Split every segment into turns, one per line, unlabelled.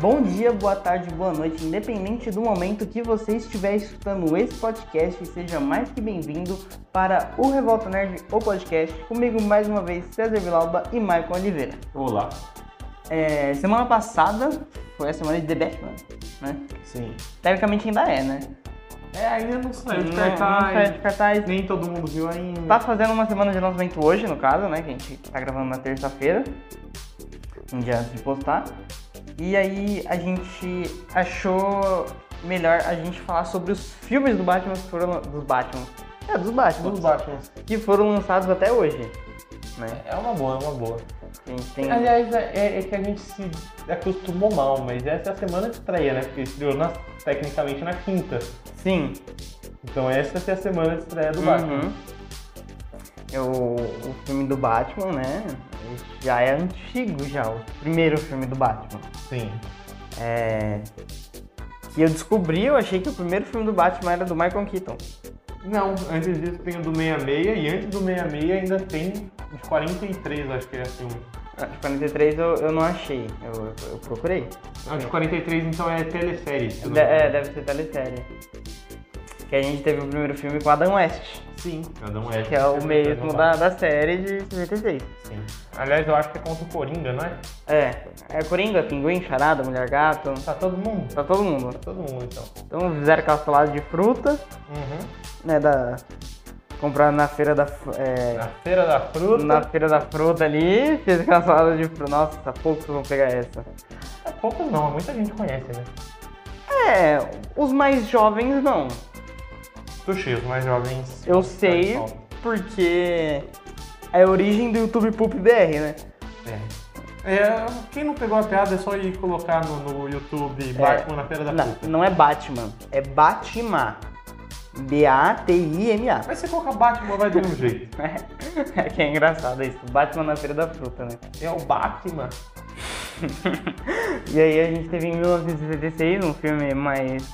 Bom dia, boa tarde, boa noite, independente do momento que você estiver escutando esse podcast, seja mais que bem-vindo para o Revolta Nerd, o podcast, comigo mais uma vez, César Vilauba e Maicon Oliveira.
Olá.
É, semana passada foi a semana de The Batman, né?
Sim.
Teoricamente ainda é, né?
É, ainda não saiu de
Não- né? não saiu
cartaz.
de cartaz.
é, Nem todo mundo viu ainda.
Tá fazendo uma semana de lançamento hoje, no caso, né? Que a gente tá gravando na terça-feira, um dia antes de postar. E aí a gente achou melhor a gente falar sobre os filmes do Batman que foram. Dos Batman. É, dos Batman.
Dos Batman.
Que foram lançados até hoje. Né?
É uma boa, é uma boa.
A gente tem.
Aliás, é, é que a gente se acostumou mal, mas essa é a semana de estreia, né? Porque estreou na- tecnicamente na quinta.
Sim.
Então essa é a semana de estreia do Batman.
Uhum. É o, o filme do Batman, né? Ele Já é antigo já, o primeiro filme do Batman.
Sim.
É... Que eu descobri, eu achei que o primeiro filme do Batman era do Michael Keaton.
Não, antes disso tem o do 66 e antes do 66 ainda tem os 43, acho que é filme.
Ah, De 43 eu, eu não achei, eu, eu- eu procurei.
Ah, de 43 então é telesérie. se eu não
De-
me engano.
é, deve ser telesérie. Que a gente teve o primeiro filme com Adam West,
Sim. Cada um é.
que é o mesmo da, da série de 66.
Sim. Aliás, eu acho que é contra o Coringa, não é?
É, é Coringa, Pinguim, Charada, Mulher Gato,
Tá todo mundo?
pra todo mundo.
Tá todo mundo, então.
Então fizeram aquela salada de fruta,
Uhum.
né, da... Compraram na feira da... fru- é,
Na Feira da Fruta.
na feira da fruta ali, fez aquela salada de fruta. Nossa, poucos vão pegar essa.
É poucos não, muita gente conhece, né?
É, os mais jovens não.
Sushi, os mais jovens.
Eu sei porque é a origem do YouTube Poop BR, né?
É. É, quem não pegou a piada é só ir colocar no, no YouTube Batman É. na Feira da Fruta.
Não, não é Batman, é Batman. B-A-T-I-M-A.
Mas se colocar Batman vai de um jeito.
É que é engraçado isso, Batman na Feira da Fruta, né?
É o Batman.
E aí a gente teve em 1976 um filme mais.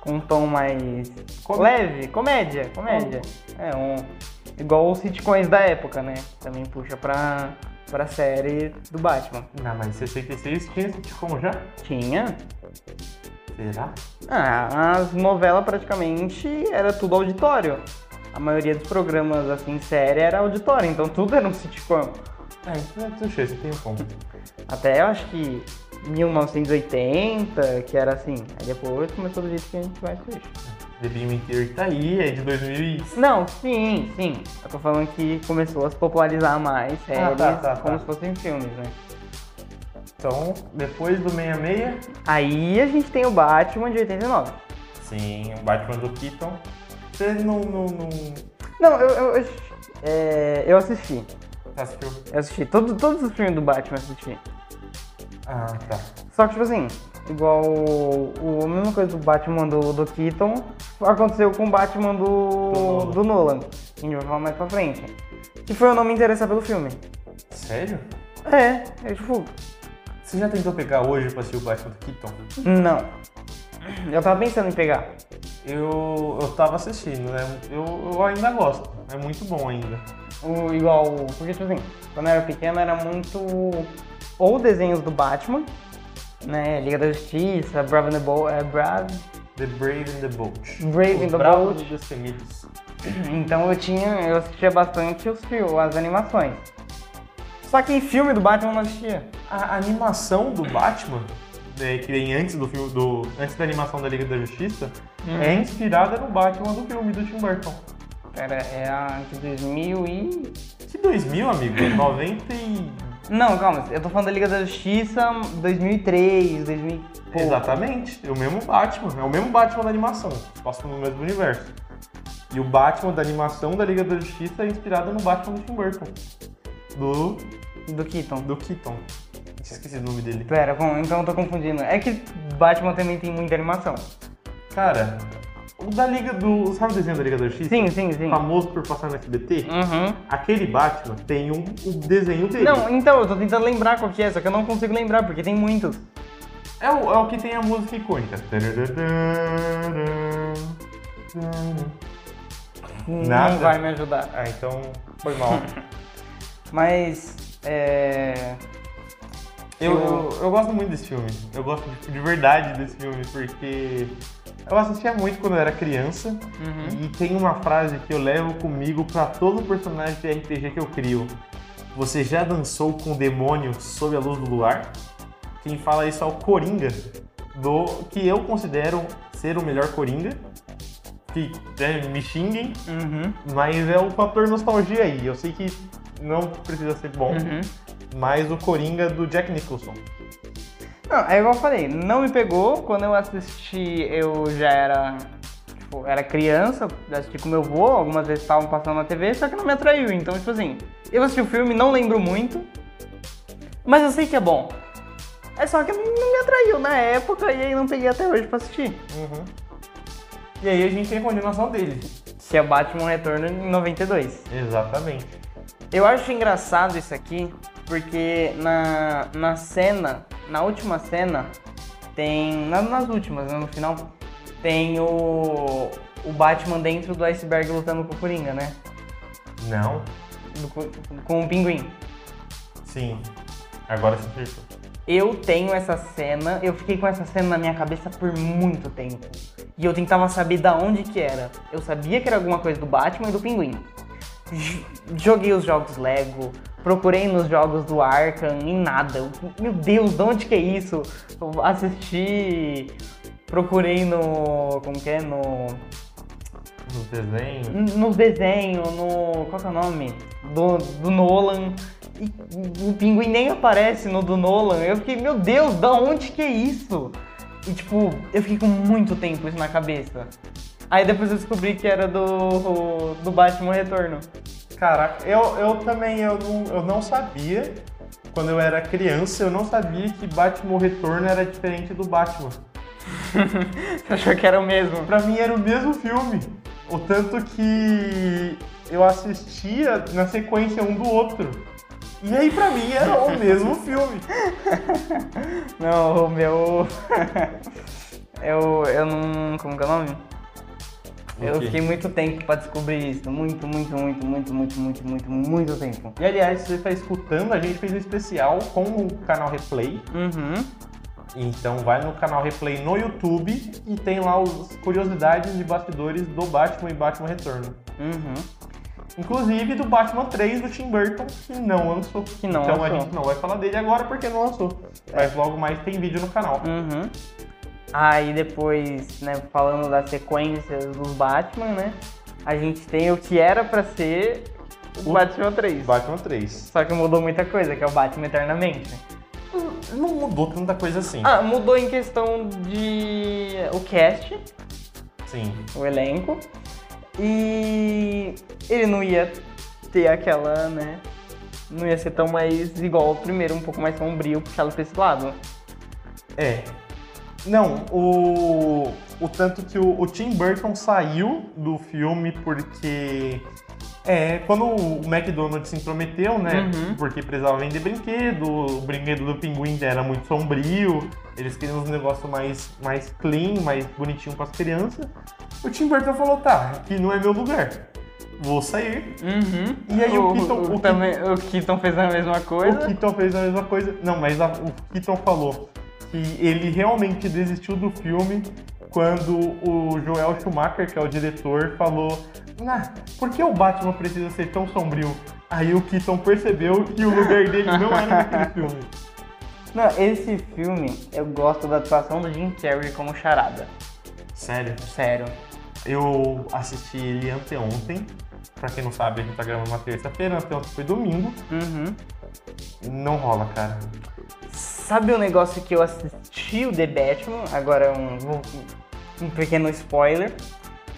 com um tom mais.
Com-
leve, comédia, comédia. É, um. igual os sitcoms da época, né? Também puxa pra, pra série do Batman.
Não, mas 66 tinha esse sitcom já?
Tinha.
Será?
Ah, as novelas praticamente era tudo auditório. A maioria dos programas, assim, série era auditório, então tudo era um sitcom.
É, então é sushi, você tem um ponto.
Até eu acho que 1980, que era assim. Aí depois começou do jeito que a gente vai com isso.
The Beam Theory tá aí, é de 2000 e...
Não, sim, sim. Eu tô falando que começou a se popularizar mais séries,
tá, tá, tá.
como se fossem filmes, né?
Então, depois do 66...
Aí a gente tem o Batman de 89.
Sim, o Batman do Keaton. Você não, não, não
Não, eu, eu, eu, é, eu assisti.
assistiu?
Eu assisti. Todo, todos os filmes do Batman eu assisti.
Ah, tá.
Só que, tipo assim, igual o, o- a mesma coisa do Batman do, do Keaton aconteceu com o Batman do,
Do Nolan.
do Nolan. A gente vai falar mais pra frente. Que foi eu não me interessar pelo filme.
Sério?
É, eu tipo,
Você já tentou pegar hoje pra assistir o Batman do Keaton?
não. Eu tava pensando em pegar.
Eu, eu tava assistindo, né? Eu, eu ainda gosto. É muito bom ainda.
O, igual. Porque, tipo assim, quando eu era pequeno era muito. Ou desenhos do Batman, né? Liga da Justiça, Brave and the Bold. É, Brave.
The Brave and the Bold.
Brave
Os
and the
Bravos
Bold.
e Destemidos.
Então eu tinha, eu assistia bastante os filmes, as animações. Só que em filme do Batman eu não assistia.
A animação do Batman, né, que vem antes do filme do. antes da animação da Liga da Justiça,
Hum.
é inspirada no Batman do filme do Tim Burton.
Pera, é a de 2000 e...
Que 2000, amigo? 90 e...
Não, calma, eu tô falando da Liga da Justiça 2003, 2000...
Exatamente, é o mesmo Batman, é o mesmo Batman da animação, passa no mesmo universo. E o Batman da animação da Liga da Justiça é inspirado no Batman do Tim Burton, do,
Do Keaton.
do Keaton. Tinha esquecido o nome dele.
Pera, bom, então eu tô confundindo. É que Batman também tem muita animação.
Cara, o da Liga do... sabe o desenho da Liga da Justiça?
Sim, sim, sim.
Famoso por passar no SBT?
Uhum.
Aquele Batman tem um, o desenho dele.
Não, então, eu tô tentando lembrar qual que é, só que eu não consigo lembrar, porque tem muitos.
É o, é o que tem a música icônica. Tarararã. Nada.
Não vai me ajudar.
Ah, então foi mal.
Mas é...
Eu,
Eu-
eu, eu gosto muito desse filme. Eu gosto tipo, de verdade desse filme, porque eu assistia muito quando eu era criança.
Uhum.
E tem uma frase que eu levo comigo pra todo personagem de RPG que eu crio. Você já dançou com o demônio sob a luz do luar? Quem fala isso é o Coringa, do que eu considero ser o melhor Coringa. Que né, me xinguem,
Uhum.
mas é o fator nostalgia aí. Eu sei que não precisa ser bom,
Uhum.
mas o Coringa do Jack Nicholson.
Não, é igual eu falei, não me pegou. Quando eu assisti, eu já era. Tipo, era criança, eu assisti com meu avô, algumas vezes estavam passando na TV, só que não me atraiu. Então, tipo assim, eu assisti o filme, não lembro muito, mas eu sei que é bom. É só que não me atraiu na época e aí não peguei até hoje pra assistir.
Uhum. E aí a gente tem a continuação dele.
Que é Batman Retorno em 92.
Exatamente.
Eu acho engraçado isso aqui, porque na, na cena, na última cena, tem. na- nas últimas, né, no final, tem o. o Batman dentro do iceberg lutando com o Coringa, né?
Não?
Do co- com o pinguim.
Sim. Agora se acertou.
Eu tenho essa cena, eu fiquei com essa cena na minha cabeça por muito tempo. E eu tentava saber da onde que era. Eu sabia que era alguma coisa do Batman e do Pinguim. J- Joguei os jogos Lego, procurei nos jogos do Arkham e nada. Eu, meu Deus, de onde que é isso? Eu assisti, procurei no. como que é? No.
No desenho.
Nos desenhos, no. Qual que é o nome? Do, do Nolan. E o pinguim nem aparece no do Nolan. Eu fiquei, meu Deus, da onde que é isso? E tipo, eu fiquei com muito tempo isso na cabeça. Aí depois eu descobri que era do. do Batman Retorno.
Caraca, eu, eu também eu não, eu não sabia. Quando eu era criança, eu não sabia que Batman Retorno era diferente do Batman.
Você achou que era o mesmo?
Pra mim era o mesmo filme. O tanto que eu assistia na sequência um do outro. E aí pra mim era o mesmo filme.
Não, o meu. eu. eu não. como que é o nome? Eu
quê?
fiquei muito tempo pra descobrir isso. Muito, muito, muito, muito, muito, muito, muito, muito tempo.
E aliás, se você está escutando, a gente fez um especial com o canal Replay.
Uhum.
Então vai no canal Replay no YouTube e tem lá os curiosidades de bastidores do Batman e Batman Retorno.
Uhum.
Inclusive do Batman 3 do Tim Burton, que não lançou.
Que não
então a
lançou.
gente não vai falar dele agora porque não lançou. Mas logo mais tem vídeo no canal.
Uhum. Aí depois, né, falando das sequências dos Batman, né? A gente tem o que era pra ser o
O-
Batman 3.
Batman 3.
Só que mudou muita coisa, que é o Batman Eternamente.
Não mudou tanta coisa assim.
Ah, mudou em questão de o cast,
Sim.
o elenco. E ele não ia ter aquela, né? Não ia ser tão mais igual ao primeiro, um pouco mais sombrio, puxado pra esse lado.
É. Não, o, o tanto que o, o Tim Burton saiu do filme porque. É, quando o McDonald's se intrometeu, né?
Uhum.
Porque precisava vender brinquedo, o brinquedo do pinguim já era muito sombrio, eles queriam um negócio mais, mais clean, mais bonitinho para as crianças. O Tim Burton falou: tá, aqui não é meu lugar, vou sair.
Uhum.
E aí o Keaton- o
também, o Keaton fez a mesma coisa.
O Keaton fez a mesma coisa. Não, mas a- o Keaton falou que ele realmente desistiu do filme quando o Joel Schumacher, que é o diretor, falou: Ah, por que o Batman precisa ser tão sombrio? Aí o Keaton percebeu que o lugar dele não era naquele filme.
Não, esse filme, eu gosto da atuação do Jim Carrey como charada.
Sério,
Sério.
eu assisti ele anteontem. Pra quem não sabe, a gente tá gravando uma terça-feira, anteontem foi domingo.
Uhum.
Não rola, cara.
Sabe o negócio que eu assisti o The Batman? Agora um, vou- um pequeno spoiler.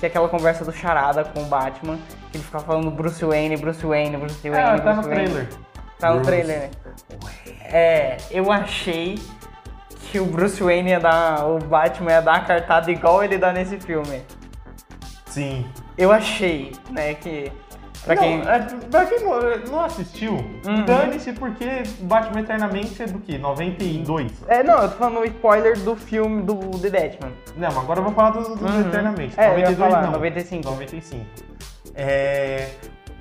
Que é aquela conversa do charada com o Batman. Que ele ficava falando Bruce Wayne, Bruce Wayne, Bruce Wayne.
Ah, tá
Bruce
no
Wayne.
trailer.
Tá no
Bruce
trailer, né? É, eu achei que o Bruce Wayne ia dar. O Batman ia dar uma cartada igual ele dá nesse filme.
Sim,
Eu achei, né, que. Pra
não,
quem.
é, pra quem não, não assistiu,
Uhum.
dane-se porque Batman Eternamente é do que? 92?
É, não, eu tô falando o spoiler do filme do The Batman.
Não, agora eu vou falar do, do
Uhum.
Eternamente.
É, eu ia
92
falar,
não.
95.
95. É,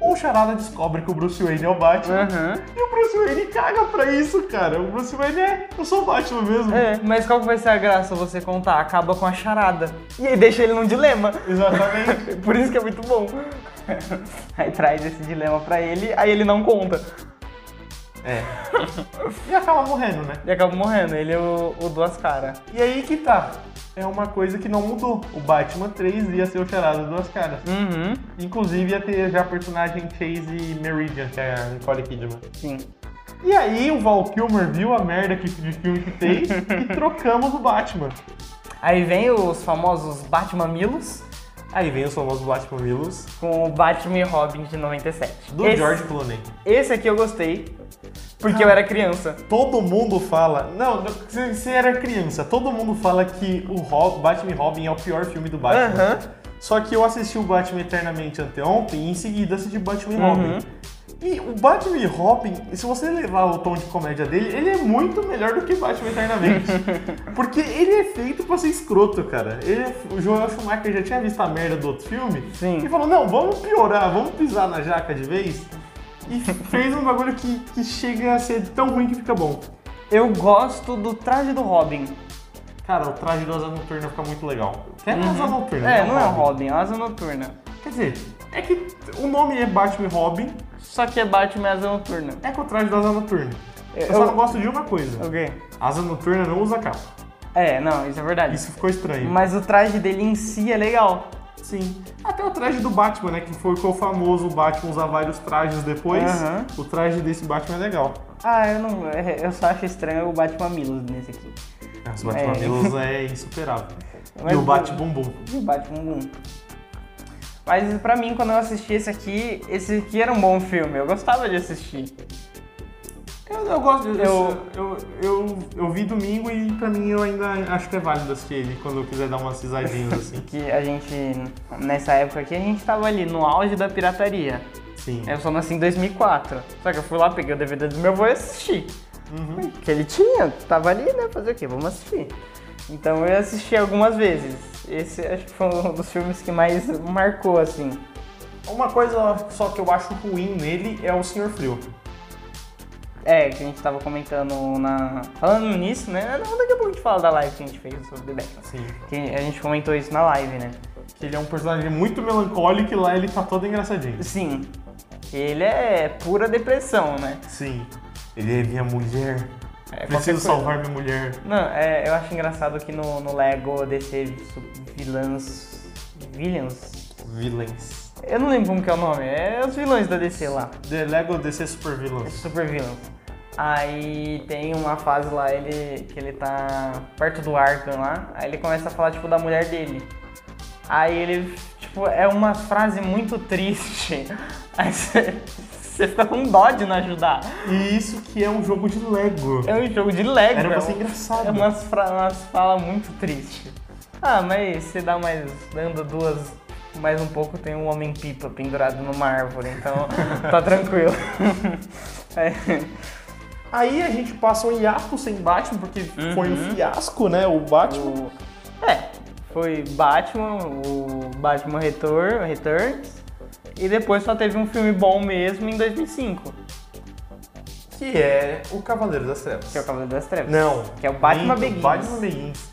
O Charada descobre que o Bruce Wayne é o Batman.
Aham.
E o Bruce Wayne caga pra isso, cara. O Bruce Wayne é. Eu sou o Batman mesmo.
É, mas qual que vai ser a graça você contar? Acaba com a charada. E aí deixa ele num dilema.
Exatamente.
Por isso que é muito bom. Aí traz esse dilema pra ele, aí ele não conta.
É. E acaba morrendo, né?
E acaba morrendo. Ele é o, o duas caras.
E aí que tá. É uma coisa que não mudou. O Batman 3 ia ser o Charada Duas Caras.
Uhum.
Inclusive ia ter já a personagem Chase Meridian, que é a Nicole Kidman.
Sim.
E aí o Val Kilmer viu a merda que, de filme que fez e trocamos o Batman.
Aí vem os famosos Batman Milos
Aí vem os famosos Batman Milos
com o Batman e Robin de 97.
do
esse,
George Clooney.
Esse aqui eu gostei, porque eu era criança.
Todo mundo fala. Não, você você era criança. Todo mundo fala que o Ro- Batman e Robin é o pior filme do Batman. Só que eu assisti o Batman Eternamente anteontem e em seguida assisti Batman e
Uhum.
Robin. E o Batman e Robin, se você levar o tom de comédia dele, ele é muito melhor do que Batman Eternamente. Porque ele é feito pra ser escroto, cara. Ele é- o Joel Schumacher já tinha visto a merda do outro filme
Sim.
e falou, não, vamos piorar, vamos pisar na jaca de vez. E fez um bagulho que, que chega a ser tão ruim que fica bom.
Eu gosto do traje do Robin.
Cara, o traje do Asa Noturna fica muito legal. É uhum. Asa Noturna,
É, não é o Robin, é o Asa Noturna.
Quer dizer, é que o nome é Batman e Robin,
Só que é Batman e Asa Noturna.
é com o traje do Asa Noturna. Eu,
Eu-
só não gosto de uma coisa.
Ok.
Asa Noturna não usa capa.
É, não, isso é verdade.
Isso ficou estranho.
Mas o traje dele em si é legal.
Sim. Até o traje do Batman, né? Que foi com o famoso Batman usar vários trajes depois.
Aham.
O traje desse Batman é legal.
Ah, eu não. é, Eu só acho estranho o Batman Milos nesse aqui.
Os Batman
É.
Milos é insuperável.
Mas
e o
o-
Bat-Bumbum.
E o Batman 1. Mas pra mim, quando eu assisti esse aqui, esse aqui era um bom filme. Eu gostava de assistir.
Eu, eu gosto eu,
Eu-
eu, eu, eu vi domingo e pra mim eu ainda acho que é válido assistir ele quando eu quiser dar umas risadinhas assim.
Que a gente, nessa época aqui, a gente tava ali no auge da pirataria.
Sim.
Eu só nasci em 2004. Só que eu fui lá, peguei o DVD do meu avô e assisti.
Uhum.
Que ele tinha, tava ali, né? Fazer o quê? Vamos assistir. Então eu assisti algumas vezes. Esse acho que foi um dos filmes que mais marcou, assim.
Uma coisa só que eu acho ruim nele é o Senhor Frio.
É, que a gente tava comentando na. Falando nisso, né? Daqui a pouco a gente fala da live que a gente fez sobre The Batman.
Sim.
Que a gente comentou isso na live, né?
Assim, Que ele é um personagem muito melancólico e lá ele tá todo engraçadinho.
Sim. Ele é pura depressão, né?
Sim. Ele é minha mulher.
É, qualquer
Preciso
coisa.
salvar minha mulher.
Não, é, eu acho engraçado que no, no Lego DC vilãs. Villains?
Villains.
Eu não lembro como que é o nome. É os vilões da DC lá. É
The Lego DC Super Villains.
Super Villains. Aí tem uma fase lá ele, que ele tá perto do Arkham lá, aí ele começa a falar tipo da mulher dele. Aí ele, tipo, é uma frase muito triste. Aí você você fica com dó de não ajudar.
E isso que é um jogo de Lego.
É um jogo de Lego.
Era pra
é
ser
um-
engraçado.
É umas, fra- umas falas muito tristes. Ah, mas se dá mais. anda duas. Mais um pouco tem um homem pipa pendurado numa árvore, então tá tranquilo. É.
Aí a gente passa um hiato sem Batman, porque foi
Uhum.
um fiasco, né? O Batman.
O- É, foi Batman, o Batman Retor, Returns, e depois só teve um filme bom mesmo em 2005,
Que é o Cavaleiro das Trevas.
que é o Cavaleiro das Trevas.
Não.
Que é o Batman
Lindo,
Begins.
Batman Begins.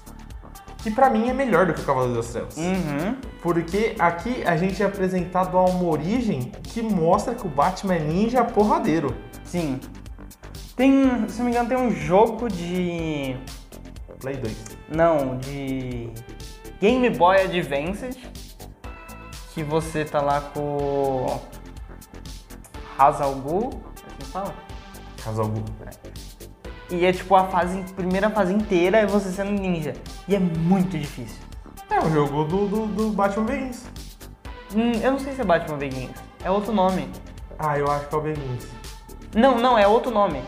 Que pra mim é melhor do que o Cavaleiro das Trevas.
Uhum.
Porque aqui a gente é apresentado a uma origem que mostra que o Batman é ninja porradeiro.
Sim. Tem, se não me engano, tem um jogo de...
Play 2.
Não, de... Game Boy Advance, que você tá lá com... o Hazal Ghul, é assim que fala?
Caso algum.
E é tipo a fase, primeira fase inteira é você sendo ninja. E é muito difícil.
É o jogo do, do, do Batman Begins.
Hum, eu não sei se é Batman Begins. É outro nome.
Ah, eu acho que é o Begins.
Não, não, é outro nome.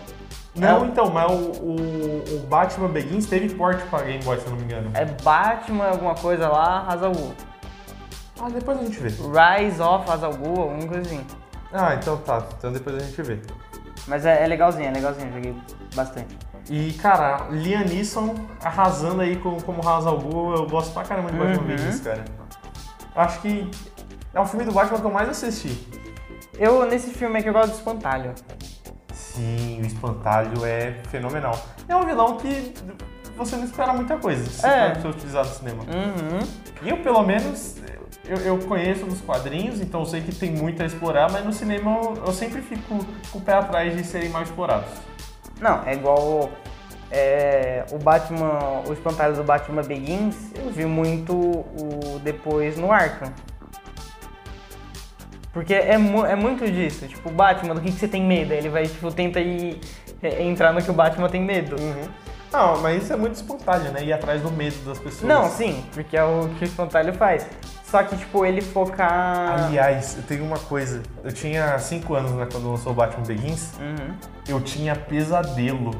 Não,
É.
então, mas o, o, o Batman Begins teve porte pra Game Boy, se eu não me engano.
É Batman alguma coisa lá, Hazalgu.
Ah, depois a gente vê.
Rise of Hazalgu, alguma coisa assim.
Ah, então tá. Então depois a gente vê.
Mas é, é legalzinho, é legalzinho, eu joguei bastante.
E, cara, Liam Neeson arrasando aí com, como Hazal Ghul, eu gosto pra caramba de Batman
Uhum.
Begins, cara. Acho que é o filme do Batman que eu mais assisti.
Eu, nesse filme aqui, eu gosto do espantalho.
Sim, o espantalho é fenomenal. É um vilão que você não espera muita coisa se
É.
for utilizado no cinema.
Uhum.
Eu, pelo menos, eu, eu conheço dos quadrinhos, então eu sei que tem muito a explorar, mas no cinema eu, eu sempre fico com o pé atrás de serem mal explorados.
Não, é igual é, o Batman, o espantalho do Batman Begins, eu vi muito o depois no Arkham. Porque é, mu- é muito disso, tipo, o Batman, do que, que você tem medo? Ele vai, tipo, tenta ir, é, entrar no que o Batman tem medo.
Uhum. Não, mas isso é muito espontâneo, né? Ir atrás do medo das pessoas.
Não, sim, porque é o que o espantalho faz. Só que, tipo, ele focar...
Aliás, eu tenho uma coisa. Eu tinha 5 anos, né, quando lançou o Batman Begins.
Uhum.
Eu tinha pesadelo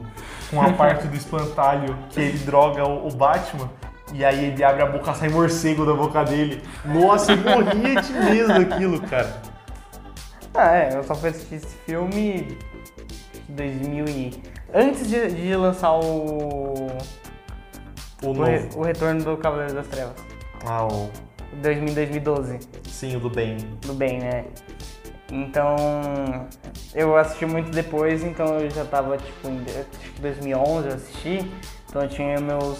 com a parte do espantalho que ele droga o, o Batman. E aí ele abre a boca, sai morcego da boca dele. Nossa, eu morria de medo daquilo, cara.
Ah, é, eu só fui assistir esse filme em 2000 e... Antes de, de lançar o...
O
O, re-
novo.
o Retorno do Cavaleiro das Trevas.
Ah, o...
2000, 2012,
Sim, o do bem.
do bem, né? Então, eu assisti muito depois, então eu já tava, tipo, em de- acho que 2011 eu assisti, então eu tinha meus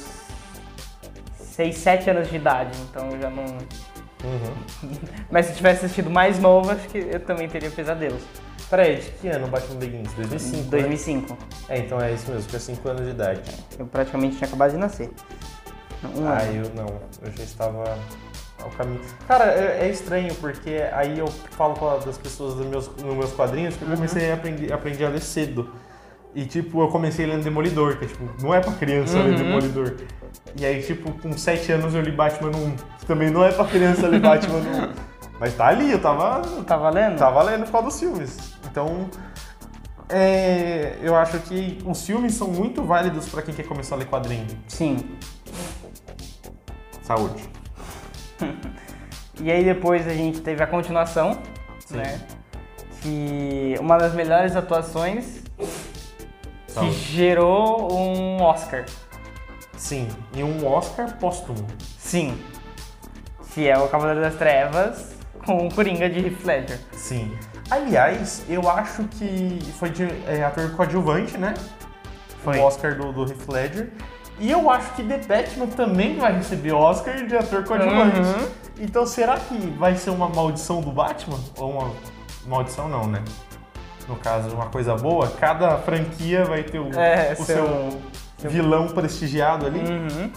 6, 7 anos de idade, então eu já não...
Uhum.
Mas se eu tivesse assistido mais novo, acho que eu também teria pesadelos.
Peraí, de que ano o Batman Begins? 2005, né?
2005,
É, então é isso mesmo, tinha 5 anos de idade.
eu praticamente tinha acabado de nascer. Um
Ah,
ano.
eu não. Eu já estava ao caminho. Cara, é, é estranho, porque aí eu falo com a- das pessoas dos meus, nos meus quadrinhos que eu comecei a aprender aprendi a ler cedo. E, tipo, eu comecei lendo Demolidor, que, tipo, não é pra criança ler Demolidor. E aí, tipo, com 7 anos eu li Batman 1, que também não é pra criança ler Batman 1. Mas tá ali, eu tava
Tá valendo?
Tá valendo por causa dos filmes. Então, é, eu acho que os filmes são muito válidos pra quem quer começar a ler quadrinho.
Sim.
Saúde.
E aí depois a gente teve a continuação,
Sim.
né? Que uma das melhores atuações que
Saúde.
gerou um Oscar.
Sim, e um Oscar póstumo.
Sim. Que é o Cavaleiro das Trevas com o Coringa de Heath Ledger.
Sim. Aliás, eu acho que foi de é, ator coadjuvante, né?
Foi.
O Oscar do, do Heath Ledger. E eu acho que The Batman também vai receber Oscar de ator coadjuvante.
Uhum.
Então será que vai ser uma maldição do Batman? Ou uma maldição não, né? No caso, uma coisa boa, cada franquia vai ter o,
É,
o
seu-
seu, vilão prestigiado ali.
Uhum.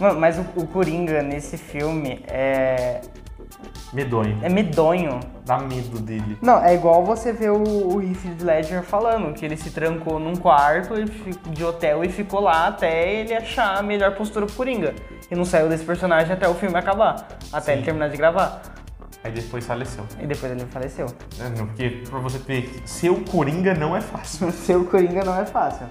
Mano, mas o, o Coringa nesse filme é,
Medonho.
é medonho.
Dá medo dele.
Não, é igual você ver o, o Heath Ledger falando que ele se trancou num quarto e fi- de hotel e ficou lá até ele achar a melhor postura pro Coringa. E não saiu desse personagem até o filme acabar, até ele
Sim.
terminar de gravar.
Aí depois faleceu.
E depois ele faleceu.
É, não, Porque pra você ver, ser o Coringa não é fácil.
Ser o Coringa não é fácil.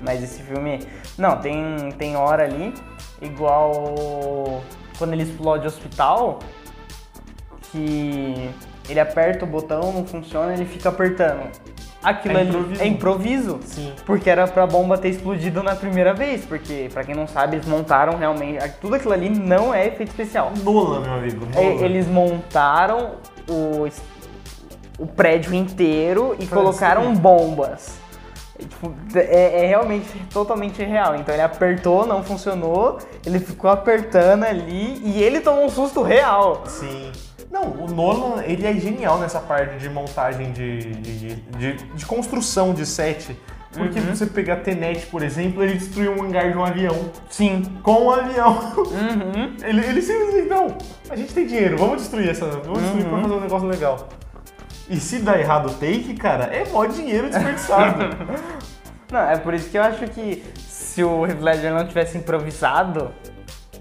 Mas esse filme. Não, tem, tem hora ali, igual quando ele explode o hospital, que ele aperta o botão, não funciona, ele fica apertando. Aquilo
É
ali
improviso.
é improviso.
Sim.
Porque era pra bomba ter explodido na primeira vez, porque, pra quem não sabe, eles montaram realmente. Tudo aquilo ali não é efeito especial.
Nola, meu amigo.
É,
Nola.
Eles montaram o, es- o prédio inteiro e colocaram
assim.
bombas. É, tipo, é, é realmente totalmente real. Então ele apertou, não funcionou, ele ficou apertando ali e ele tomou um susto real.
Sim. Não, o Nolan, ele é genial nessa parte de montagem de, de, de, de construção de set. Porque você pegar Tenet, por exemplo, ele destruiu um hangar de um avião.
Sim.
Com um avião.
Uhum.
Ele, ele simplesmente, não, a gente tem dinheiro, vamos destruir essa, vamos destruir pra fazer um negócio legal. E se dá errado o take, cara, é mó dinheiro desperdiçado.
Não, é por isso que eu acho que se o Heath Ledger não tivesse improvisado,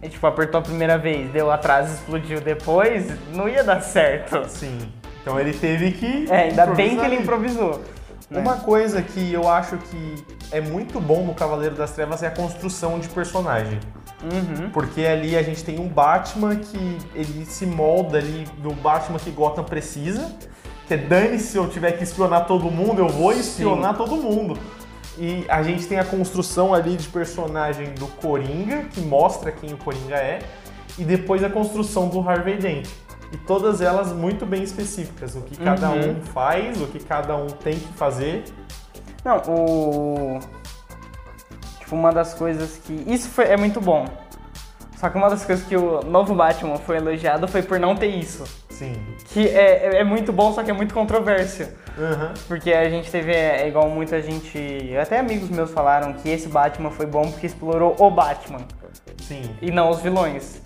é, tipo, apertou a primeira vez, deu atrás, explodiu depois, não ia dar certo.
Sim. Então ele teve que.
É, ainda bem que ele
improvisar ali.
improvisou. né?
Uma coisa que eu acho que é muito bom no Cavaleiro das Trevas é a construção de personagem.
Uhum.
Porque ali a gente tem um Batman que ele se molda ali do Batman que Gotham precisa. Que é dane-se se eu tiver que espionar todo mundo, eu vou espionar todo mundo. E a gente tem a construção ali de personagem do Coringa, que mostra quem o Coringa é, e depois a construção do Harvey Dent. e todas elas muito bem específicas, o que cada
Uhum.
um faz, o que cada um tem que fazer.
Não, o. Tipo, uma das coisas que. Isso foi, é muito bom. Só que uma das coisas que o novo Batman foi elogiado foi por não ter isso.
Sim.
Que é, é- é muito bom, só que é muito controverso.
Aham.
Porque a gente teve, é igual muita gente. Até amigos meus falaram que esse Batman foi bom porque explorou o Batman
Sim.
e não os vilões.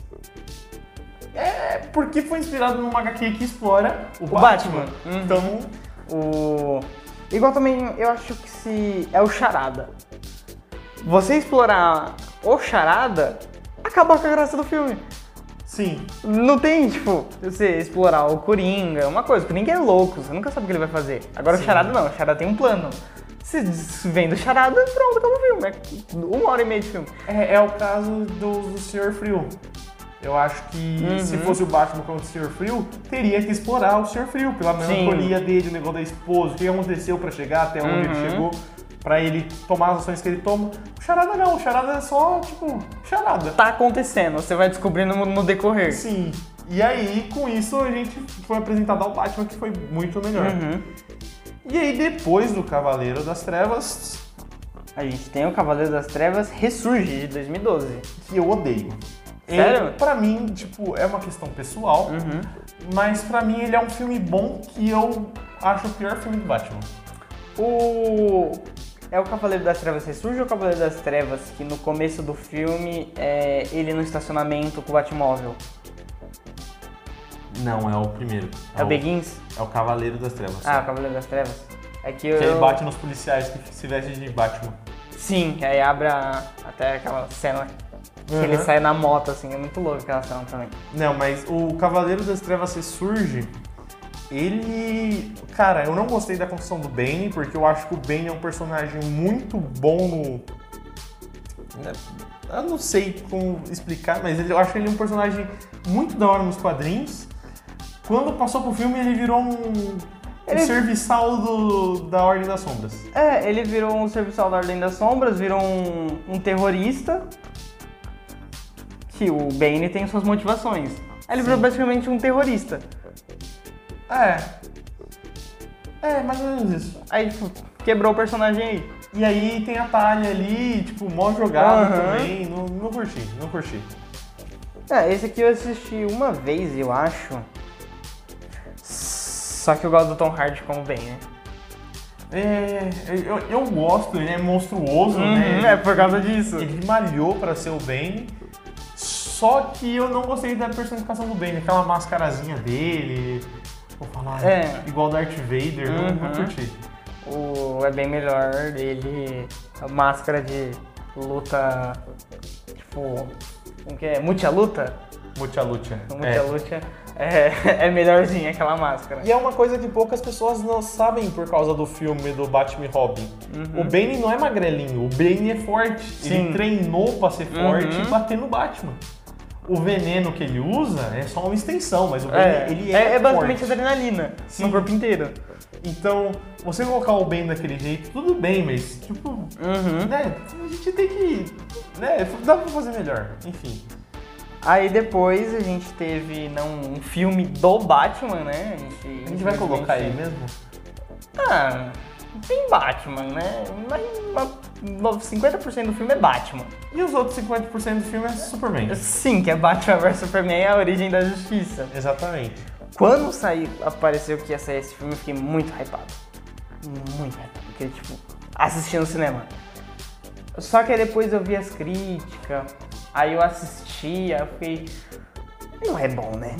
É porque foi inspirado numa HQ que explora o,
O Batman. Uhum.
Então,
O. Igual também eu acho que se. É o charada. Você explorar o charada acaba com a graça do filme.
sim.
Não tem, tipo, você explorar o Coringa, uma coisa, o Coringa é louco, você nunca sabe o que ele vai fazer. Agora
Sim.
o Charada não, o Charada tem um plano. Você des- vem do Charada, pronto, acabou o filme. É uma hora e meia de filme.
É, é o caso do, do Sr. Frio. Eu acho que
Uhum.
se fosse o Batman contra o Sr. Frio, teria que explorar o Sr. Frio, pela melancolia dele, o negócio da esposa, o que aconteceu pra chegar até onde ele
Uhum.
chegou, pra ele tomar as ações que ele toma. O Charada não, o Charada é só, tipo, charada.
Tá acontecendo, você vai descobrindo no, no decorrer.
Sim. E aí, com isso, a gente foi apresentado ao Batman, que foi muito melhor.
Uhum.
E aí, depois do Cavaleiro das Trevas,
A gente tem o Cavaleiro das Trevas Ressurge de 2012.
que eu odeio.
Sério? Uhum.
Eu, pra mim, tipo, é uma questão pessoal, mas pra mim ele é um filme bom que eu acho o pior filme do Batman.
O. É o Cavaleiro das Trevas Ressurge ou o Cavaleiro das Trevas que no começo do filme é ele no estacionamento com o Batmóvel?
Não, é o primeiro.
É o Begins?
É o Cavaleiro das Trevas.
Ah, o Cavaleiro das Trevas. É que, eu...
Que ele bate nos policiais que se vestem de Batman.
Sim, que aí abre a- até aquela cena que
Uhum.
ele sai na moto, assim. É muito louco aquela cena também.
Não, mas o Cavaleiro das Trevas ressurge. Ele. Cara, eu não gostei da construção do Bane, porque eu acho que o Bane é um personagem muito bom no. né, Eu não sei como explicar, mas ele- eu acho que ele é um personagem muito da hora nos quadrinhos. Quando passou pro filme, ele virou um.
Ele-
Um serviçal do, da Ordem das Sombras.
É, ele virou um serviçal da Ordem das Sombras, virou um, um terrorista. Que o Bane tem suas motivações. Aí ele virou basicamente um terrorista.
É. É, mais ou menos isso.
Aí, tipo, quebrou o personagem aí.
E aí tem a Talha ali, tipo, mó jogada
Aham.
também. Não, não curti, não curti.
É, esse aqui eu assisti uma vez, eu acho. Só que eu gosto do Tom Hardy como Bane, né?
É, eu, eu gosto, ele é monstruoso,
Uhum,
né?
é por causa disso.
Ele malhou pra ser o Bane. Só que eu não gostei da personificação do Bane, aquela mascarazinha dele. Vou falar
É.
igual Darth Vader, não, não
Uhum.
curti.
O, é bem melhor ele. A máscara de luta. Tipo. Como que é? Multialuta?
Mucha lucha. É.
Multialuta é. É, melhorzinha aquela máscara.
E é uma coisa que poucas pessoas não sabem por causa do filme do Batman e Robin.
Uhum.
O Bane não é magrelinho, o Bane é forte. Ele
Hum. Sim.
treinou pra ser forte
Uhum.
e bater no Batman. O veneno que ele usa é só uma extensão, mas o Bane
É,
ele
é,
é,
é basicamente
forte.
adrenalina
Sim.
no corpo inteiro.
Então, você colocar o Bane daquele jeito, tudo bem, mas tipo,
Uhum.
né, a gente tem que, né, dá pra fazer melhor. Enfim.
Aí depois a gente teve não, um filme do Batman, né? A gente,
A gente vai colocar aí mesmo?
Ah, tem Batman, né? Mas 50% do filme é Batman.
E os outros 50% do filme é Superman.
Sim, que é Batman vs Superman é a origem da justiça.
Exatamente.
Quando saiu, apareceu que ia sair esse filme, eu fiquei muito hypado. Muito hypado. Fiquei, tipo, assistindo no cinema. Só que aí depois eu vi as críticas, aí eu assisti, aí eu fiquei. Não é bom, né?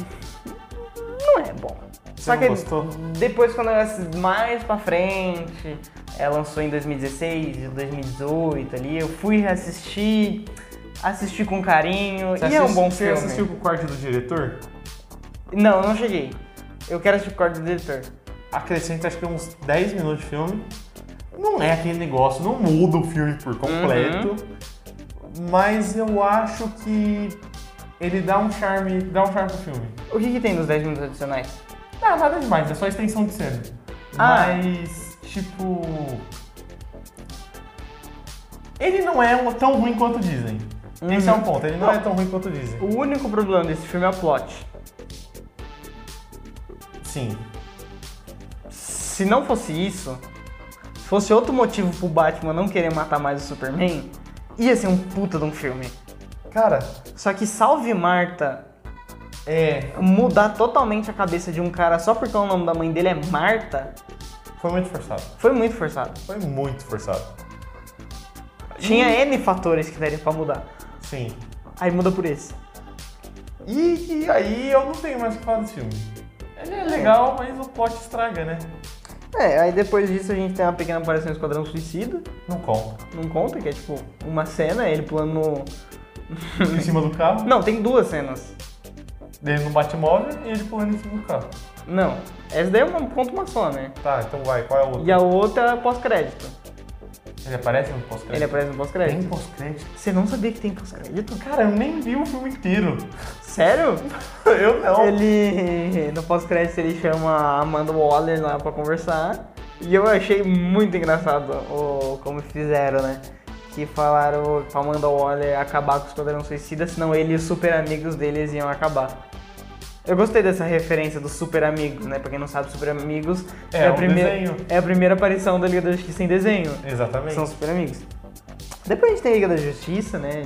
Não é bom. Só
não
que
gostou?
depois, quando eu assisti mais pra frente, ela lançou em 2016, 2018 ali, eu fui reassistir, assisti com carinho,
Você
e é um bom
você
filme.
assistiu pro quarto do diretor?
Não, não cheguei. Eu quero assistir o corte do diretor.
Acrescenta acho que uns 10 minutos de filme. Não é aquele negócio, não muda o filme
Uhum.
por completo. Mas eu acho que ele dá um charme, dá um charme pro filme.
O que, que tem nos 10 minutos adicionais?
Não, nada demais, é só extensão de cena.
Ah.
Mas, tipo. Ele não é um- tão ruim quanto dizem. Esse é um ponto, ele não,
Uhum. Não.
é tão ruim quanto dizem.
O único problema desse filme é o plot.
Sim.
Se não fosse isso, se fosse outro motivo pro Batman não querer matar mais o Superman, ia ser um puta de um filme.
Cara,
Só que Salve Marta
é.
mudar totalmente a cabeça de um cara só porque o nome da mãe dele é Marta
Foi muito forçado.
foi muito forçado.
Foi muito forçado.
Tinha N fatores que daria pra mudar.
Sim.
Aí muda por esse.
E, e aí eu não tenho mais o que falar desse filme. Ele é legal, mas o plot estraga, né?
É, aí depois disso a gente tem uma pequena aparição no Esquadrão Suicida,
Não conta.
não conta, que é tipo uma cena, ele pulando no.
Em cima do carro,
Não, tem duas cenas.
dele no Batmóvel e ele pulando em cima do carro.
Não, essa daí é uma, conta uma só, né?
Tá, então vai, qual é o outro?
E a outra é pós-crédito.
Ele aparece no
Ele
pós-crédito?
aparece no
Tem
pós-crédito.
pós-crédito?
É. Você não sabia que tem pós-crédito?
Cara, eu nem vi o filme inteiro.
Sério?
Eu não.
Ele. No pós-crédito ele chama a Amanda Waller lá pra conversar. E eu achei muito engraçado o, como fizeram, né? Que falaram pra Amanda Waller acabar com o Esquadrão Suicida, senão ele e os super amigos deles iam acabar. Eu gostei dessa referência dos super amigos, né? Pra quem não sabe, super amigos
É,
a
um
primeira,
desenho.
é a primeira aparição da Liga da Justiça sem desenho.
Exatamente.
São super amigos. Depois a gente tem a Liga da Justiça, né?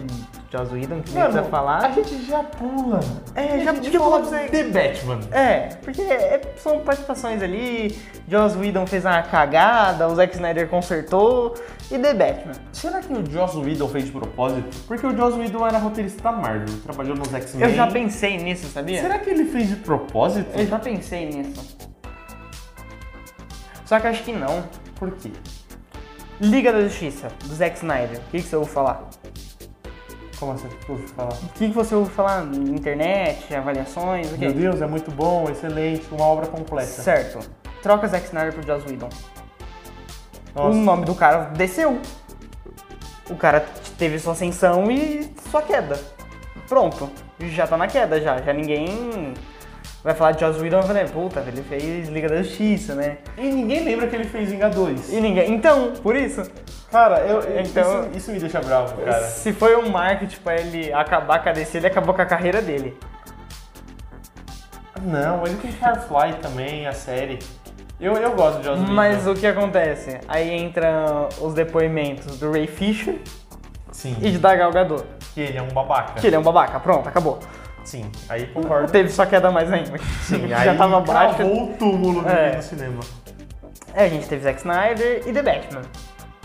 Joss Whedon, que nem precisa falar.
a gente já pula.
É,
A
já
gente
podia
fala
pular.
de The Batman.
É, porque é- são participações ali, Joss Whedon fez uma cagada, o Zack Snyder consertou, e The Batman.
Será que o Joss Whedon fez de propósito? Porque o Joss Whedon era roteirista da Marvel, trabalhou nos X-Men.
Eu já pensei nisso, sabia?
Uhum. Será que ele fez de propósito?
Eu já pensei nisso. Só que acho que não.
Por quê?
Liga da Justiça, do Zack Snyder. O que, que você ouve falar?
Como assim? que eu ouvi falar?
O que, que você ouve falar na internet, avaliações, o
Meu
quê?
Deus, é muito bom, excelente, uma obra completa.
Certo. Troca Zack Snyder pro Joss Whedon. O
Nossa,
nome do cara desceu. O cara teve sua ascensão e sua queda. Pronto. Já tá na queda já. Já ninguém vai falar de Joss Whedon e vai falar, puta, ele fez Liga da Justiça, né?
E ninguém lembra que ele fez Vingadores.
E ninguém. Então, por isso,
Cara, eu, eu-
Então-
isso, isso me deixa bravo, cara.
se foi um marketing pra ele acabar com a DC, ele acabou com a carreira dele.
Não, ele tem Firefly também, a série. Eu, eu gosto de Joss Whedon.
Mas o que acontece? Aí entram os depoimentos do Ray Fisher
Sim,
e de da Gal Gadot.
que ele é um babaca.
Que ele é um babaca. Pronto, acabou.
Sim, aí concordo.
Teve sua queda mais ainda.
Sim,
Já
aí
tava baixo.
cravou o túmulo dele
É.
no cinema.
É, a gente teve Zack Snyder e The Batman.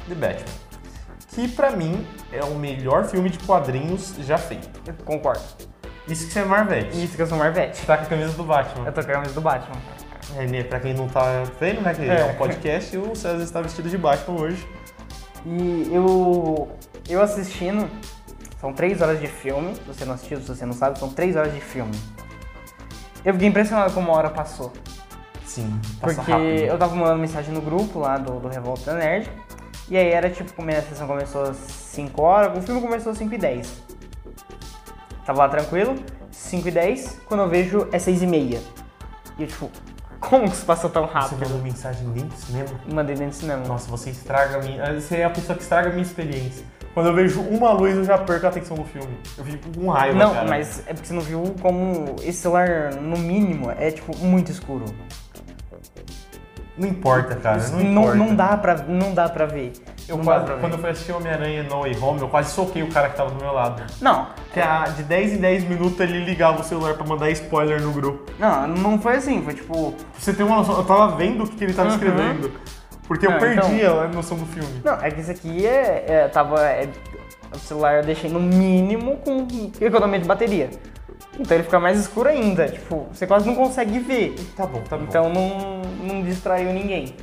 The Batman. Que pra mim é o melhor filme de quadrinhos já feito.
Eu concordo.
Isso que você é Marvete.
Isso que eu sou Marvete.
Tá com a camisa do Batman.
Eu tô com a camisa do Batman.
É, né, pra quem não tá vendo, né, que é.
É.
um podcast, o César está vestido de Batman hoje.
E eu. Eu assistindo. São três horas de filme. Se você não assistiu, se você não sabe, são três horas de filme. Eu fiquei impressionado como uma hora passou.
Sim, passa
Porque
rápido.
eu tava mandando mensagem no grupo lá do, do Revolta Nerd. E aí era tipo, como a sessão começou às 5 horas, o filme começou às 5 e 10. Tava lá tranquilo, 5 e 10, quando eu vejo é 6 e meia. E eu tipo, como que isso passou tão
Você
rápido?
mandou mensagem nem do cinema?
Mandei dentro do cinema.
Nossa, você estraga a minha... Você é a pessoa que estraga a minha experiência. Quando eu vejo uma luz, eu já perco a atenção do filme. Eu fico com raiva,
Não,
cara.
mas é porque você não viu como esse celular, no mínimo, é tipo muito escuro.
Não importa, cara. Não,
não,
importa.
não dá pra, não dá pra ver.
Eu
não
quase,
dá pra
quando eu
ver.
fui assistir Homem-Aranha No Way Home, eu quase soquei o cara que tava do meu lado.
Não,
Que a- de 10 em 10 minutos ele ligava o celular pra mandar spoiler no grupo.
não, não foi assim, foi tipo,
Pra você ter uma noção, eu tava vendo o que, que ele tava
Uhum.
escrevendo. Porque eu
Ah,
perdi a noção do filme.
Não, é que isso aqui é, é- tava. é- o celular eu deixei no mínimo com economia de bateria. Então ele fica mais escuro ainda, tipo, você quase não consegue ver.
Tá bom, tá bom.
Então não, não distraiu ninguém.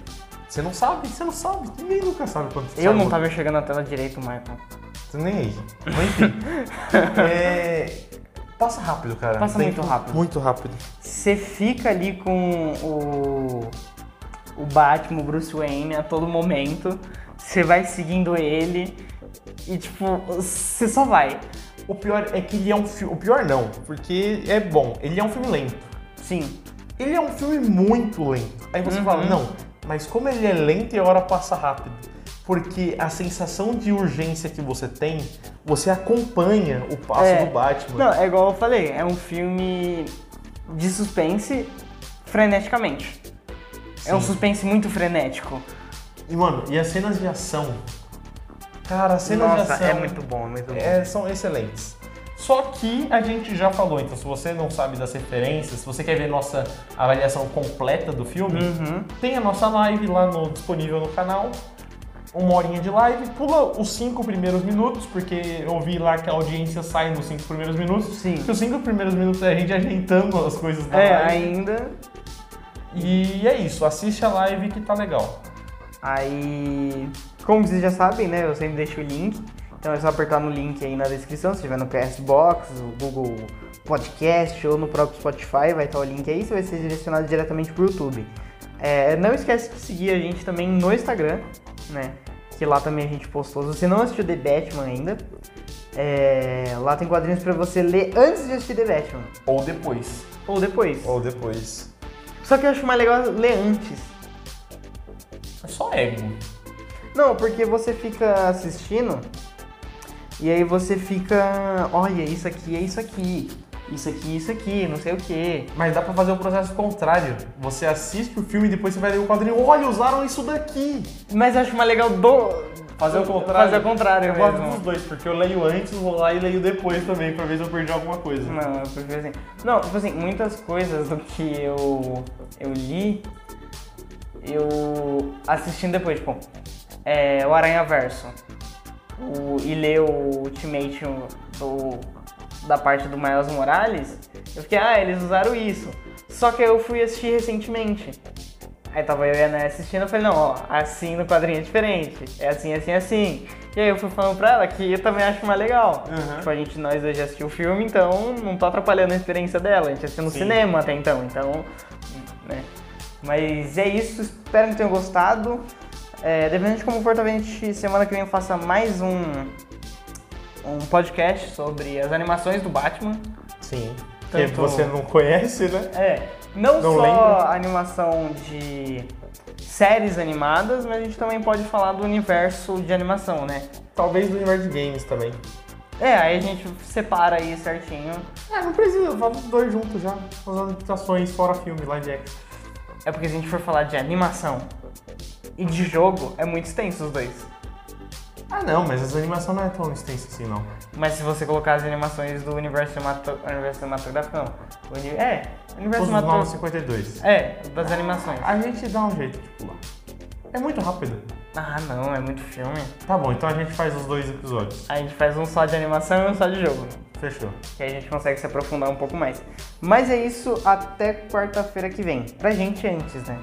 você não sabe, você não sabe. Ninguém nunca sabe quando você
Eu
sabe.
não tava enxergando a tela direito, Michael.
Tô nem aí. Mas enfim. É, Passa rápido, cara.
Passa
Tem-
muito rápido.
Muito rápido.
Você fica ali com o. O Batman, o Bruce Wayne a todo momento. Você vai seguindo ele. E tipo, você só vai.
O pior é que ele é um filme. O pior não, porque é bom. Ele é um filme lento.
Sim.
Ele é um filme muito lento. Aí você
Uhum.
fala, não, mas como ele é lento e a hora passa rápido. Porque a sensação de urgência que você tem, você acompanha o passo
É.
do Batman.
Não, é igual eu falei, é um filme de suspense freneticamente. É um
Sim.
suspense muito frenético.
E, mano, e as cenas de ação? Cara, as cenas de
Nossa,
ação
é muito bom, é muito bom.
é, são excelentes. Só que a gente já falou, então se você não sabe das referências, se você quer ver nossa avaliação completa do filme, tem a nossa live lá no, disponível no canal. Uma horinha de live, pula os cinco primeiros minutos, porque eu vi lá que a audiência sai nos cinco primeiros minutos.
Sim.
Que os cinco primeiros minutos é a gente ajeitando as coisas da
É,
live.
ainda.
E é isso, assiste a live que tá legal.
Aí, como vocês já sabem, né? Eu sempre deixo o link. Então é só apertar no link aí na descrição, se tiver no Castbox, o Google Podcast ou no próprio Spotify, vai estar o link aí, você vai ser direcionado diretamente pro YouTube. É, não esquece de seguir a gente também no Instagram, né? Que lá também a gente postou. Se você não assistiu The Batman ainda, é, lá tem quadrinhos pra você ler antes de assistir The Batman.
Ou depois.
Ou depois.
Ou depois.
Só que eu acho mais legal ler antes.
É só ego.
Não, porque você fica assistindo e aí você fica, olha, isso aqui é isso aqui, isso aqui, isso aqui, não sei o quê.
Mas dá pra fazer o processo contrário. Você assiste o filme e depois você vai ler o quadrinho. Olha, usaram isso daqui!
Mas eu acho mais legal do.
Fazer o contrário?
Fazer o contrário
Eu gosto
mesmo.
dos dois, porque eu leio antes, vou lá e leio depois também, pra ver se eu perdi alguma coisa.
Não, eu prefiro assim. Não, tipo assim, muitas coisas do que eu, eu li, eu assistindo depois, tipo, é, o Aranha Verso. O, e ler o Ultimate do, da parte do Miles Morales, eu fiquei, ah, eles usaram isso. Só que eu fui assistir recentemente. Aí tava eu e a Ana assistindo, eu falei, não, ó, assim no quadrinho é diferente. É assim, assim, assim. E aí eu fui falando pra ela que eu também acho mais legal.
Uhum.
Tipo, a gente, nós dois já assistiu o filme, então não tá atrapalhando a experiência dela. A gente assistiu no
Sim.
cinema até então, então. Né. Mas é isso, espero que tenham gostado. É, dependendo de como for, talvez a gente- semana que vem eu faça mais um, um podcast sobre as animações do Batman.
Sim. Porque
Tanto-
você não conhece, né?
É, não,
Não
só
lembra?
animação de séries animadas, mas a gente também pode falar do universo de animação, né?
Talvez do universo de games também.
É, aí a gente separa aí certinho.
Ah, não precisa, vamos os dois juntos já. As adaptações fora filme, live action.
É porque se a gente for falar de animação e de jogo, é muito extenso os dois.
Ah não, mas as animações não é tão extensa assim não.
Mas se você colocar as animações do universo, cinemato... universo cinematográfico, não. O uni- É, universo
Todos os 9,
cinematográfico.
52.
É, das animações.
A gente dá um jeito de pular. É muito rápido.
Ah, não, é muito filme.
Tá bom, então a gente faz os dois episódios.
A gente faz um só de animação e um só de jogo.
Fechou.
que aí a gente consegue se aprofundar um pouco mais. Mas é isso, até quarta-feira que vem. Pra gente antes, né?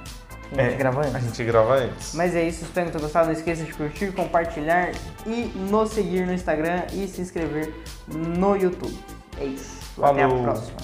Que A gente
É,
grava antes.
gente grava antes.
Mas é isso, espero que tenham gostado. Não esqueça de curtir, compartilhar e nos seguir no Instagram e se inscrever no YouTube. É isso. Até a
Falou.
próxima.